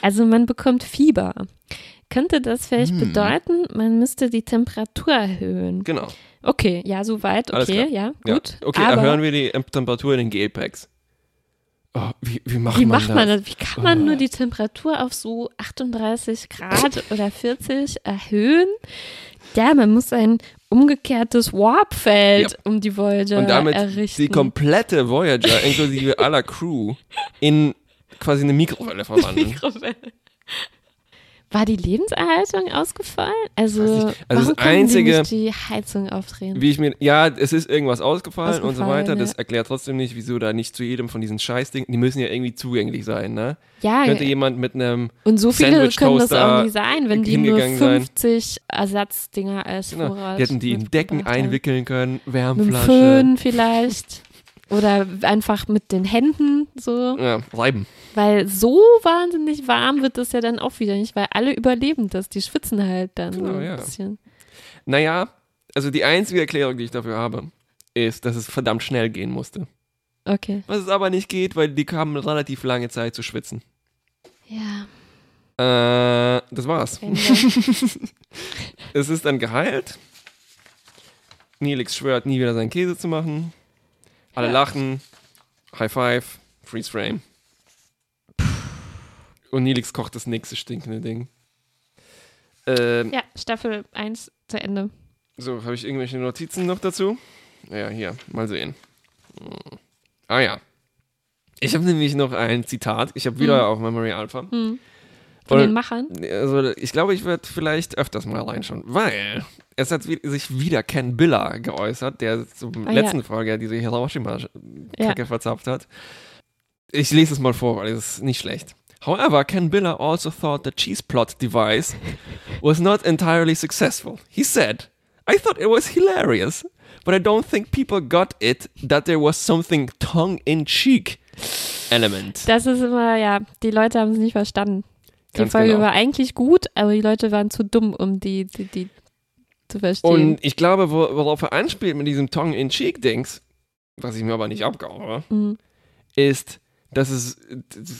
[SPEAKER 2] Also man bekommt Fieber. Könnte das vielleicht bedeuten, man müsste die Temperatur erhöhen?
[SPEAKER 1] Genau.
[SPEAKER 2] Okay, ja, soweit,
[SPEAKER 1] Alles
[SPEAKER 2] okay,
[SPEAKER 1] klar.
[SPEAKER 2] ja,
[SPEAKER 1] Ja.
[SPEAKER 2] gut.
[SPEAKER 1] Okay,
[SPEAKER 2] Aber
[SPEAKER 1] erhöhen wir die ähm, Temperatur in den Gelpacks. Oh, wie, wie macht
[SPEAKER 2] wie
[SPEAKER 1] man
[SPEAKER 2] macht
[SPEAKER 1] das?
[SPEAKER 2] man das? Wie kann man nur die Temperatur auf so 38 Grad oder 40 erhöhen? Ja, man muss ein umgekehrtes Warpfeld
[SPEAKER 1] Ja.
[SPEAKER 2] um die Voyager
[SPEAKER 1] und damit
[SPEAKER 2] errichten.
[SPEAKER 1] die komplette Voyager inklusive Mhm. aller Crew in quasi eine Mikrowelle verwandeln.
[SPEAKER 2] Mikrowelle. War die Lebenserhaltung ausgefallen? Also,
[SPEAKER 1] Weiß
[SPEAKER 2] also
[SPEAKER 1] ich- also das
[SPEAKER 2] warum konnten die
[SPEAKER 1] Einzige-
[SPEAKER 2] nicht die Heizung aufdrehen?
[SPEAKER 1] Wie ich mir, ja, es ist irgendwas ausgefallen, und so
[SPEAKER 2] Ausgefallen,
[SPEAKER 1] weiter. Das
[SPEAKER 2] ja.
[SPEAKER 1] erklärt trotzdem nicht, wieso da nicht zu jedem von diesen Scheißdingen, die müssen ja irgendwie zugänglich sein, ne?
[SPEAKER 2] Ah, ja,
[SPEAKER 1] Könnte jemand mit einem,
[SPEAKER 2] und so viele können das
[SPEAKER 1] Sandwich-Toaster
[SPEAKER 2] auch nicht sein, wenn die nur
[SPEAKER 1] hingegangen sein.
[SPEAKER 2] 50 Ersatzdinger als
[SPEAKER 1] genau,
[SPEAKER 2] Vorrat
[SPEAKER 1] die hätten die in Decken
[SPEAKER 2] mitgebracht haben.
[SPEAKER 1] einwickeln können,
[SPEAKER 2] Mit dem
[SPEAKER 1] Wärmflasche,
[SPEAKER 2] Föhn vielleicht. Oder einfach mit den Händen so.
[SPEAKER 1] ja, reiben.
[SPEAKER 2] Weil so wahnsinnig warm wird das ja dann auch wieder nicht, weil alle überleben das. Die schwitzen halt dann
[SPEAKER 1] Genau,
[SPEAKER 2] so ein
[SPEAKER 1] ja.
[SPEAKER 2] bisschen.
[SPEAKER 1] Naja, also die einzige Erklärung, die ich dafür habe, ist, dass es verdammt schnell gehen musste.
[SPEAKER 2] Okay.
[SPEAKER 1] Was es aber nicht geht, weil die kamen relativ lange Zeit zu schwitzen.
[SPEAKER 2] Ja.
[SPEAKER 1] Äh, das war's.
[SPEAKER 2] wenn dann-
[SPEAKER 1] Es ist dann geheilt. Nelix schwört, nie wieder seinen Käse zu machen. Alle
[SPEAKER 2] Ja.
[SPEAKER 1] lachen. High Five. Freeze Frame. Und Nelix kocht das nächste stinkende Ding. Ähm,
[SPEAKER 2] ja, Staffel 1 zu Ende.
[SPEAKER 1] So, habe ich irgendwelche Notizen noch dazu? Ja, hier, mal sehen. Hm. Ah ja. Ich habe nämlich noch ein Zitat. Ich habe wieder auf Memory Alpha.
[SPEAKER 2] Hm. Von den
[SPEAKER 1] Und,
[SPEAKER 2] Machern.
[SPEAKER 1] also, ich glaube, ich werde vielleicht öfters mal reinschauen, weil es hat wi- sich wieder Ken Biller geäußert, der zur
[SPEAKER 2] Ah, ja.
[SPEAKER 1] letzten Folge diese Hiroshima
[SPEAKER 2] Ja.
[SPEAKER 1] Kacke verzapft hat. Ich lese es mal vor, weil es ist nicht schlecht. However, Ken Biller also thought the cheese plot device was not entirely successful. He said, I thought it was hilarious, but I don't think people got it that there was something tongue-in-cheek element.
[SPEAKER 2] Das ist immer, ja, die Leute haben es nicht verstanden. Die
[SPEAKER 1] Ganz
[SPEAKER 2] Folge
[SPEAKER 1] genau.
[SPEAKER 2] war eigentlich gut, aber die Leute waren zu dumm, um die, die, die zu verstehen.
[SPEAKER 1] Und ich glaube, wo- worauf er anspielt mit diesem Tongue-in-cheek-Dings, was ich mir aber nicht abgaue,
[SPEAKER 2] Mhm.
[SPEAKER 1] ist, dass es,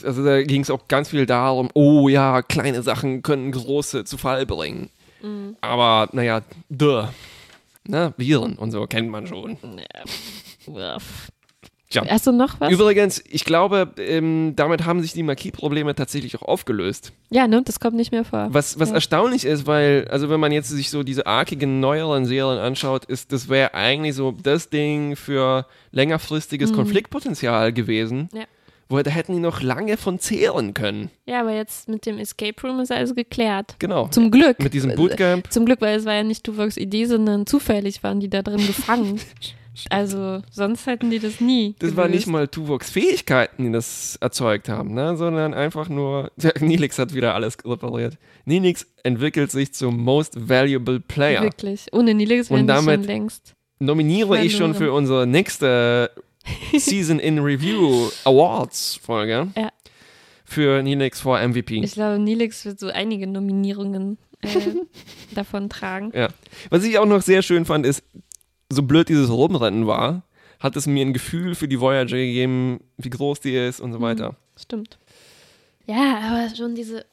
[SPEAKER 1] also da ging es auch ganz viel darum, oh ja, kleine Sachen können große zu Fall bringen.
[SPEAKER 2] Mhm.
[SPEAKER 1] Aber naja, duh. Na, Viren und so kennt man schon.
[SPEAKER 2] Ja.
[SPEAKER 1] Tja.
[SPEAKER 2] Hast du noch was?
[SPEAKER 1] Übrigens, ich glaube, ähm, damit haben sich die Marquis-Probleme tatsächlich auch aufgelöst.
[SPEAKER 2] ja, ne, das kommt nicht mehr vor.
[SPEAKER 1] Was, was
[SPEAKER 2] Ja.
[SPEAKER 1] erstaunlich ist, weil, also wenn man jetzt sich so diese arkigen, neueren Serien anschaut, ist, das wäre eigentlich so das Ding für längerfristiges Konfliktpotenzial gewesen.
[SPEAKER 2] Mhm. Ja.
[SPEAKER 1] Wo, da hätten die noch lange von zehren können.
[SPEAKER 2] Ja, aber jetzt mit dem Escape Room ist alles geklärt.
[SPEAKER 1] Genau.
[SPEAKER 2] Zum Glück.
[SPEAKER 1] Mit diesem Bootcamp.
[SPEAKER 2] Zum Glück, weil es war ja nicht Duvoks Idee, sondern zufällig waren die da drin gefangen. also, sonst hätten die das nie.
[SPEAKER 1] Das war nicht
[SPEAKER 2] gelöst.
[SPEAKER 1] mal Tuvoks Fähigkeiten, die das erzeugt haben, ne? sondern einfach nur. Tja, Nilix hat wieder alles repariert. Nilix entwickelt sich zum Most Valuable Player.
[SPEAKER 2] Wirklich. Ohne Nilix
[SPEAKER 1] Und
[SPEAKER 2] wären die schon
[SPEAKER 1] damit-
[SPEAKER 2] längst.
[SPEAKER 1] Nominiere ich schon für unsere nächste Season in Review Awards Folge
[SPEAKER 2] Ja.
[SPEAKER 1] für Nilix vor MVP.
[SPEAKER 2] Ich glaube, Nilix wird so einige Nominierungen äh, davon tragen.
[SPEAKER 1] Was ich auch noch sehr schön fand, ist, so blöd dieses Rumrennen war, hat es mir ein Gefühl für die Voyager gegeben, wie groß die ist
[SPEAKER 2] Mhm.
[SPEAKER 1] und so weiter.
[SPEAKER 2] Stimmt. Ja, aber schon diese.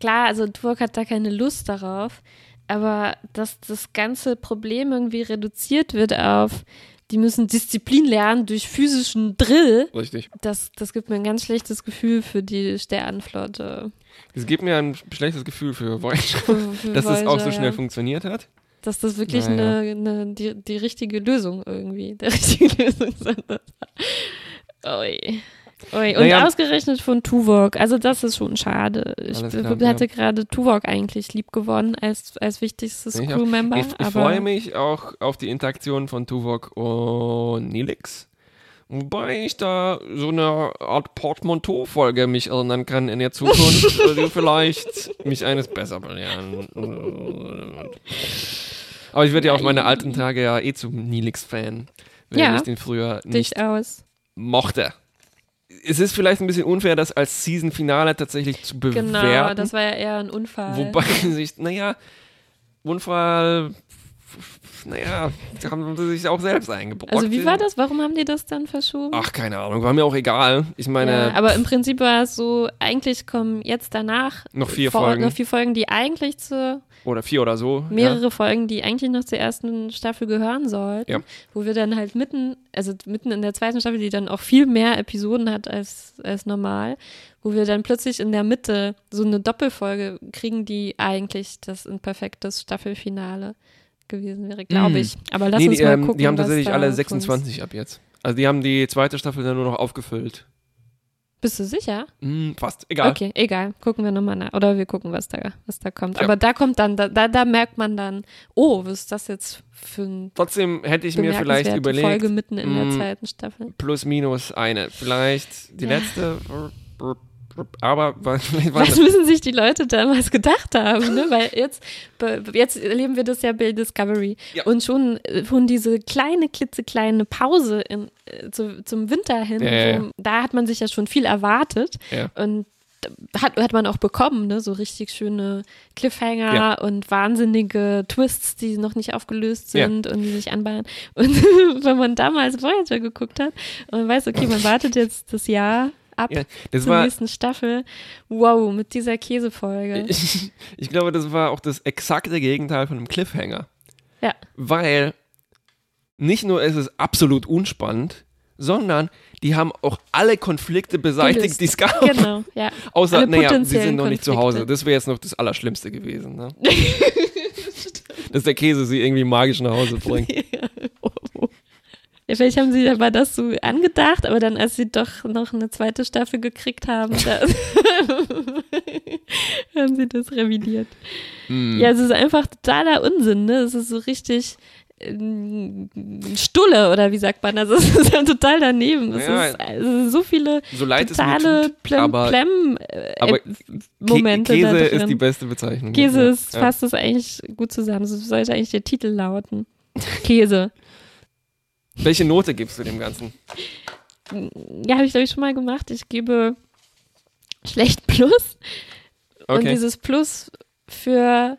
[SPEAKER 2] Klar, also Turk hat da keine Lust darauf, aber dass das ganze Problem irgendwie reduziert wird auf, die müssen Disziplin lernen durch physischen Drill,
[SPEAKER 1] Richtig.
[SPEAKER 2] das, das gibt mir ein ganz schlechtes Gefühl für die Sternenflotte.
[SPEAKER 1] Das gibt mir ein schlechtes Gefühl für Voyager.
[SPEAKER 2] Für- für
[SPEAKER 1] dass es auch
[SPEAKER 2] Voyager,
[SPEAKER 1] so schnell
[SPEAKER 2] ja.
[SPEAKER 1] funktioniert hat.
[SPEAKER 2] Dass das wirklich
[SPEAKER 1] Naja.
[SPEAKER 2] eine, eine, die, die richtige Lösung irgendwie, der richtige Lösungsansatz war. Ui. Ui. Und
[SPEAKER 1] Naja.
[SPEAKER 2] ausgerechnet von Tuvok. Also das ist schon schade. Ich
[SPEAKER 1] Alles
[SPEAKER 2] b-
[SPEAKER 1] klar, ja.
[SPEAKER 2] hatte gerade Tuvok eigentlich lieb gewonnen als, als wichtigstes
[SPEAKER 1] Ich auch.
[SPEAKER 2] Crewmember.
[SPEAKER 1] ich ich
[SPEAKER 2] aber
[SPEAKER 1] freue mich auch auf die Interaktion von Tuvok und Nilix. Wobei ich da so eine Art Portmanteau-Folge mich erinnern kann in der Zukunft, wo du vielleicht mich eines besser belehren. Aber ich werde ja auf meine alten Tage ja eh zum Nilix-Fan, wenn
[SPEAKER 2] Ja.
[SPEAKER 1] ich den früher nicht
[SPEAKER 2] Durchaus.
[SPEAKER 1] mochte. Es ist vielleicht ein bisschen unfair, das als Season-Finale tatsächlich zu bewerten.
[SPEAKER 2] Genau, das war ja eher ein Unfall.
[SPEAKER 1] Wobei sich, naja, Unfall, naja, da haben sie sich auch selbst eingebrockt.
[SPEAKER 2] also wie war das? Warum haben die das dann verschoben?
[SPEAKER 1] Ach, keine Ahnung, war mir auch egal. Ich meine,
[SPEAKER 2] ja, aber im Prinzip war es so, eigentlich kommen jetzt danach
[SPEAKER 1] Noch vier
[SPEAKER 2] vor-
[SPEAKER 1] Folgen.
[SPEAKER 2] noch vier Folgen, die eigentlich zu
[SPEAKER 1] oder vier oder so.
[SPEAKER 2] mehrere Folgen, die eigentlich noch zur ersten Staffel gehören sollten,
[SPEAKER 1] Ja.
[SPEAKER 2] wo wir dann halt mitten, also mitten in der zweiten Staffel, die dann auch viel mehr Episoden hat als, als normal, wo wir dann plötzlich in der Mitte so eine Doppelfolge kriegen, die eigentlich das ein perfektes Staffelfinale gewesen wäre, glaube
[SPEAKER 1] Mm.
[SPEAKER 2] ich. Aber
[SPEAKER 1] Ja.
[SPEAKER 2] lass
[SPEAKER 1] Nee,
[SPEAKER 2] uns
[SPEAKER 1] die,
[SPEAKER 2] mal
[SPEAKER 1] ähm,
[SPEAKER 2] gucken.
[SPEAKER 1] die haben
[SPEAKER 2] was
[SPEAKER 1] tatsächlich
[SPEAKER 2] da
[SPEAKER 1] alle
[SPEAKER 2] von uns-
[SPEAKER 1] 26 ab jetzt. Also die haben die zweite Staffel dann nur noch aufgefüllt.
[SPEAKER 2] Bist du sicher?
[SPEAKER 1] Hm, fast. Egal.
[SPEAKER 2] Okay, egal. Gucken wir nochmal nach. Oder wir gucken, was da, was da kommt. Aber da kommt dann, da, da, da merkt man dann, oh, was ist das jetzt für ein
[SPEAKER 1] Trotzdem hätte ich mir vielleicht
[SPEAKER 2] bemerkenswerte
[SPEAKER 1] überlegt,
[SPEAKER 2] Folge mitten in der
[SPEAKER 1] mm,
[SPEAKER 2] zweiten Staffel.
[SPEAKER 1] plus minus eine. Vielleicht die
[SPEAKER 2] Ja.
[SPEAKER 1] letzte. Aber wa- vielleicht war
[SPEAKER 2] Was müssen sich die Leute damals gedacht haben, ne? Weil jetzt, be- jetzt erleben wir das ja bei Discovery.
[SPEAKER 1] Ja.
[SPEAKER 2] Und schon, äh, schon diese kleine, klitzekleine Pause in, äh, zu, zum Winter hin,
[SPEAKER 1] Ja, ja,
[SPEAKER 2] so, da hat man sich ja schon viel erwartet.
[SPEAKER 1] Ja.
[SPEAKER 2] Und hat, hat man auch bekommen, ne? So richtig schöne Cliffhanger
[SPEAKER 1] Ja.
[SPEAKER 2] und wahnsinnige Twists, die noch nicht aufgelöst
[SPEAKER 1] Ja.
[SPEAKER 2] sind und die sich anbahnen. Und wenn man damals Voyager geguckt hat und man weiß, okay, man wartet jetzt das Jahr ab
[SPEAKER 1] Ja, das
[SPEAKER 2] zur
[SPEAKER 1] war-
[SPEAKER 2] nächsten Staffel. Wow, mit dieser Käsefolge.
[SPEAKER 1] ich, ich glaube, das war auch das exakte Gegenteil von einem Cliffhanger.
[SPEAKER 2] ja.
[SPEAKER 1] Weil nicht nur ist es absolut unspannend, sondern die haben auch alle Konflikte beseitigt,
[SPEAKER 2] Gelöst.
[SPEAKER 1] die es gab.
[SPEAKER 2] Genau, ja.
[SPEAKER 1] Außer,
[SPEAKER 2] Alle
[SPEAKER 1] naja, sie
[SPEAKER 2] potenziellen
[SPEAKER 1] sind noch nicht zu
[SPEAKER 2] Konflikte.
[SPEAKER 1] Hause. Das wäre jetzt noch das Allerschlimmste gewesen. Ne? Dass der Käse sie irgendwie magisch nach Hause bringt.
[SPEAKER 2] Ja, vielleicht haben sie aber das so angedacht, aber dann, als sie doch noch eine zweite Staffel gekriegt haben, da haben sie das revidiert.
[SPEAKER 1] Hm.
[SPEAKER 2] Ja, es ist einfach totaler Unsinn, ne? Es ist so richtig ähm, Stulle oder wie sagt man? Also es ist ja total daneben. Es,
[SPEAKER 1] Ja.
[SPEAKER 2] ist, es sind so viele
[SPEAKER 1] So leid es mir
[SPEAKER 2] totale äh,
[SPEAKER 1] tut, aber aber Kä-
[SPEAKER 2] Plem-Plem-Momente.
[SPEAKER 1] Käse ist die beste Bezeichnung.
[SPEAKER 2] Käse
[SPEAKER 1] Ja.
[SPEAKER 2] ist, fasst es eigentlich gut zusammen. So sollte eigentlich der Titel lauten. Käse.
[SPEAKER 1] Ja. Welche Note gibst du dem Ganzen?
[SPEAKER 2] Ja, habe ich glaube ich schon mal gemacht. Ich gebe schlecht Plus. Und
[SPEAKER 1] Okay.
[SPEAKER 2] dieses Plus für.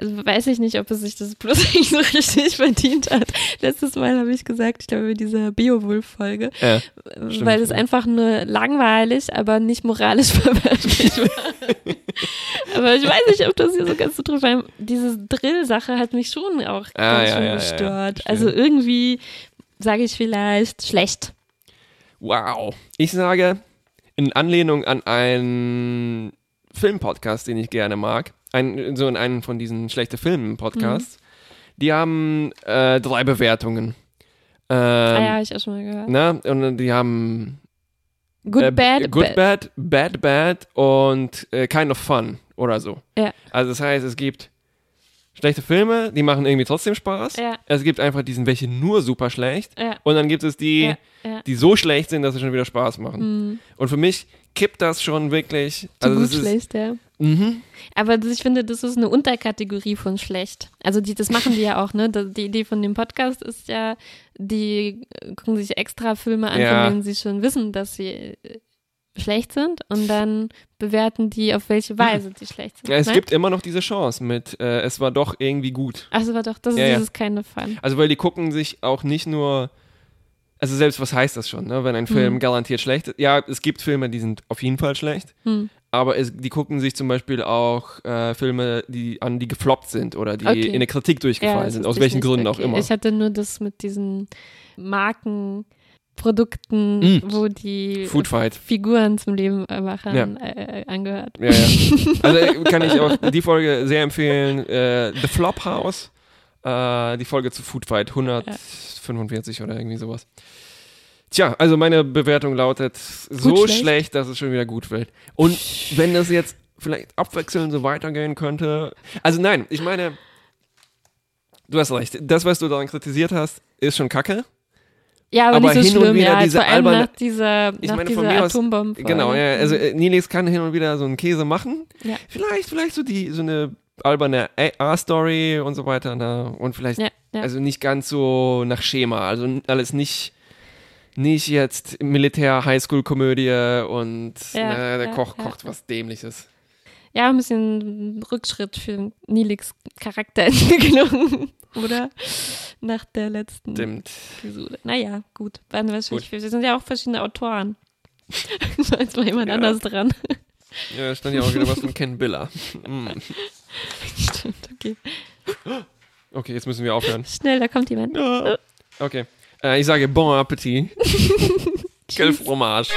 [SPEAKER 2] Also weiß ich nicht, ob es sich das Plus eigentlich so richtig verdient hat. Letztes Mal habe ich gesagt, ich glaube, mit dieser Beowulf-Folge,
[SPEAKER 1] Ja. Stimmt,
[SPEAKER 2] weil es
[SPEAKER 1] ja.
[SPEAKER 2] einfach nur langweilig, aber nicht moralisch verwerflich war. aber ich weiß nicht, ob das hier so ganz so drüber war. Diese Drill-Sache hat mich schon auch ganz
[SPEAKER 1] Ah, ja,
[SPEAKER 2] schön
[SPEAKER 1] ja, ja, ja.
[SPEAKER 2] gestört.
[SPEAKER 1] Verstehe.
[SPEAKER 2] also irgendwie sage ich vielleicht schlecht.
[SPEAKER 1] Wow. Ich sage, in Anlehnung an einen Filmpodcast, den ich gerne mag, ein, so in einen von diesen schlechte
[SPEAKER 2] Mhm.
[SPEAKER 1] Filmen-Podcasts, die haben äh, drei Bewertungen. Ähm,
[SPEAKER 2] ah ja, habe ich auch schon mal gehört.
[SPEAKER 1] Na, und die haben
[SPEAKER 2] Good,
[SPEAKER 1] äh,
[SPEAKER 2] bad,
[SPEAKER 1] Good
[SPEAKER 2] bad.
[SPEAKER 1] Bad, Bad Bad und äh, Kind of Fun oder so.
[SPEAKER 2] Ja.
[SPEAKER 1] Also das heißt, es gibt schlechte Filme, die machen irgendwie trotzdem Spaß.
[SPEAKER 2] Ja.
[SPEAKER 1] Es gibt einfach diesen, welche nur super schlecht.
[SPEAKER 2] Ja,
[SPEAKER 1] Und dann gibt es die,
[SPEAKER 2] ja, ja.
[SPEAKER 1] die so schlecht sind, dass sie schon wieder Spaß machen.
[SPEAKER 2] Hm,
[SPEAKER 1] Und für mich kippt das schon wirklich.
[SPEAKER 2] zu
[SPEAKER 1] Also
[SPEAKER 2] gut
[SPEAKER 1] es ist,
[SPEAKER 2] schlecht, ja.
[SPEAKER 1] mhm,
[SPEAKER 2] Aber das, ich finde, das ist eine Unterkategorie von schlecht. Also die, das machen die ja auch, ne? Da- Die Idee von dem Podcast ist ja, die äh, gucken sich extra Filme an,
[SPEAKER 1] Ja.
[SPEAKER 2] von denen sie schon wissen, dass sie äh, schlecht sind und dann bewerten die, auf welche Weise die schlecht sind.
[SPEAKER 1] Hm. ja, es
[SPEAKER 2] ne?
[SPEAKER 1] gibt immer noch diese Chance mit, äh, es war doch irgendwie gut.
[SPEAKER 2] Ach, das war Also doch, das
[SPEAKER 1] Ja,
[SPEAKER 2] ist
[SPEAKER 1] ja.
[SPEAKER 2] dieses keine Fun.
[SPEAKER 1] Also weil die gucken sich auch nicht nur, also selbst was heißt das schon, ne? wenn ein Film
[SPEAKER 2] Mhm.
[SPEAKER 1] garantiert schlecht ist. Ja, es gibt Filme, die sind auf jeden Fall schlecht.
[SPEAKER 2] Hm.
[SPEAKER 1] Aber es, die gucken sich zum Beispiel auch äh, Filme die, an, die gefloppt sind oder die
[SPEAKER 2] Okay.
[SPEAKER 1] in der Kritik
[SPEAKER 2] Ja,
[SPEAKER 1] durchgefallen
[SPEAKER 2] das
[SPEAKER 1] sind,
[SPEAKER 2] ist
[SPEAKER 1] aus welchen
[SPEAKER 2] definitiv
[SPEAKER 1] Gründen
[SPEAKER 2] okay.
[SPEAKER 1] auch immer.
[SPEAKER 2] Ich hatte nur das mit diesen Markenprodukten,
[SPEAKER 1] Mhm.
[SPEAKER 2] wo die
[SPEAKER 1] Food Fight.
[SPEAKER 2] Figuren zum Leben machen,
[SPEAKER 1] Ja.
[SPEAKER 2] äh, äh, angehört.
[SPEAKER 1] Ja, ja. Also äh, kann ich auch die Folge sehr empfehlen. Äh, The Flop House, äh, die Folge zu Food Fight, 145 oder irgendwie sowas. Tja, also meine Bewertung lautet so schlecht.
[SPEAKER 2] schlecht.
[SPEAKER 1] dass es schon wieder gut wird. Und wenn das jetzt vielleicht abwechselnd so weitergehen könnte. Also nein, ich meine, du hast recht. Das, was du daran kritisiert hast, ist schon kacke.
[SPEAKER 2] Ja, aber,
[SPEAKER 1] Aber
[SPEAKER 2] nicht so
[SPEAKER 1] hin und
[SPEAKER 2] schlimm,
[SPEAKER 1] wieder
[SPEAKER 2] ja,
[SPEAKER 1] diese
[SPEAKER 2] vor allem
[SPEAKER 1] alberne-
[SPEAKER 2] nach dieser,
[SPEAKER 1] Ich
[SPEAKER 2] nach
[SPEAKER 1] meine, von
[SPEAKER 2] dieser
[SPEAKER 1] mir aus-
[SPEAKER 2] Atombombe.
[SPEAKER 1] Genau, ja, also äh, Nilix kann hin und wieder so einen Käse machen.
[SPEAKER 2] Mhm. Ja.
[SPEAKER 1] Vielleicht, vielleicht so die so eine alberne A-Story und so weiter. Ne? Und vielleicht,
[SPEAKER 2] Ja, ja.
[SPEAKER 1] also nicht ganz so nach Schema. Also n- alles nicht, nicht jetzt Militär-Highschool-Komödie und
[SPEAKER 2] Ja,
[SPEAKER 1] ne, der
[SPEAKER 2] ja,
[SPEAKER 1] Koch
[SPEAKER 2] ja.
[SPEAKER 1] kocht was Dämliches.
[SPEAKER 2] ja, ein bisschen Rückschritt für Nilix Charakterentwicklung, oder? Nach der letzten
[SPEAKER 1] Stimmt.
[SPEAKER 2] Episode. Naja, gut. Waren wahrscheinlich,
[SPEAKER 1] Gut.
[SPEAKER 2] wir sind ja auch verschiedene Autoren. War jetzt mal jemand
[SPEAKER 1] Ja.
[SPEAKER 2] anders dran.
[SPEAKER 1] Ja, da stand ja auch wieder was von Ken Biller. Mm.
[SPEAKER 2] Stimmt, okay.
[SPEAKER 1] Okay, jetzt müssen wir aufhören.
[SPEAKER 2] Schnell, da kommt jemand.
[SPEAKER 1] Okay. Äh, ich sage Bon Appetit. Quel fromage.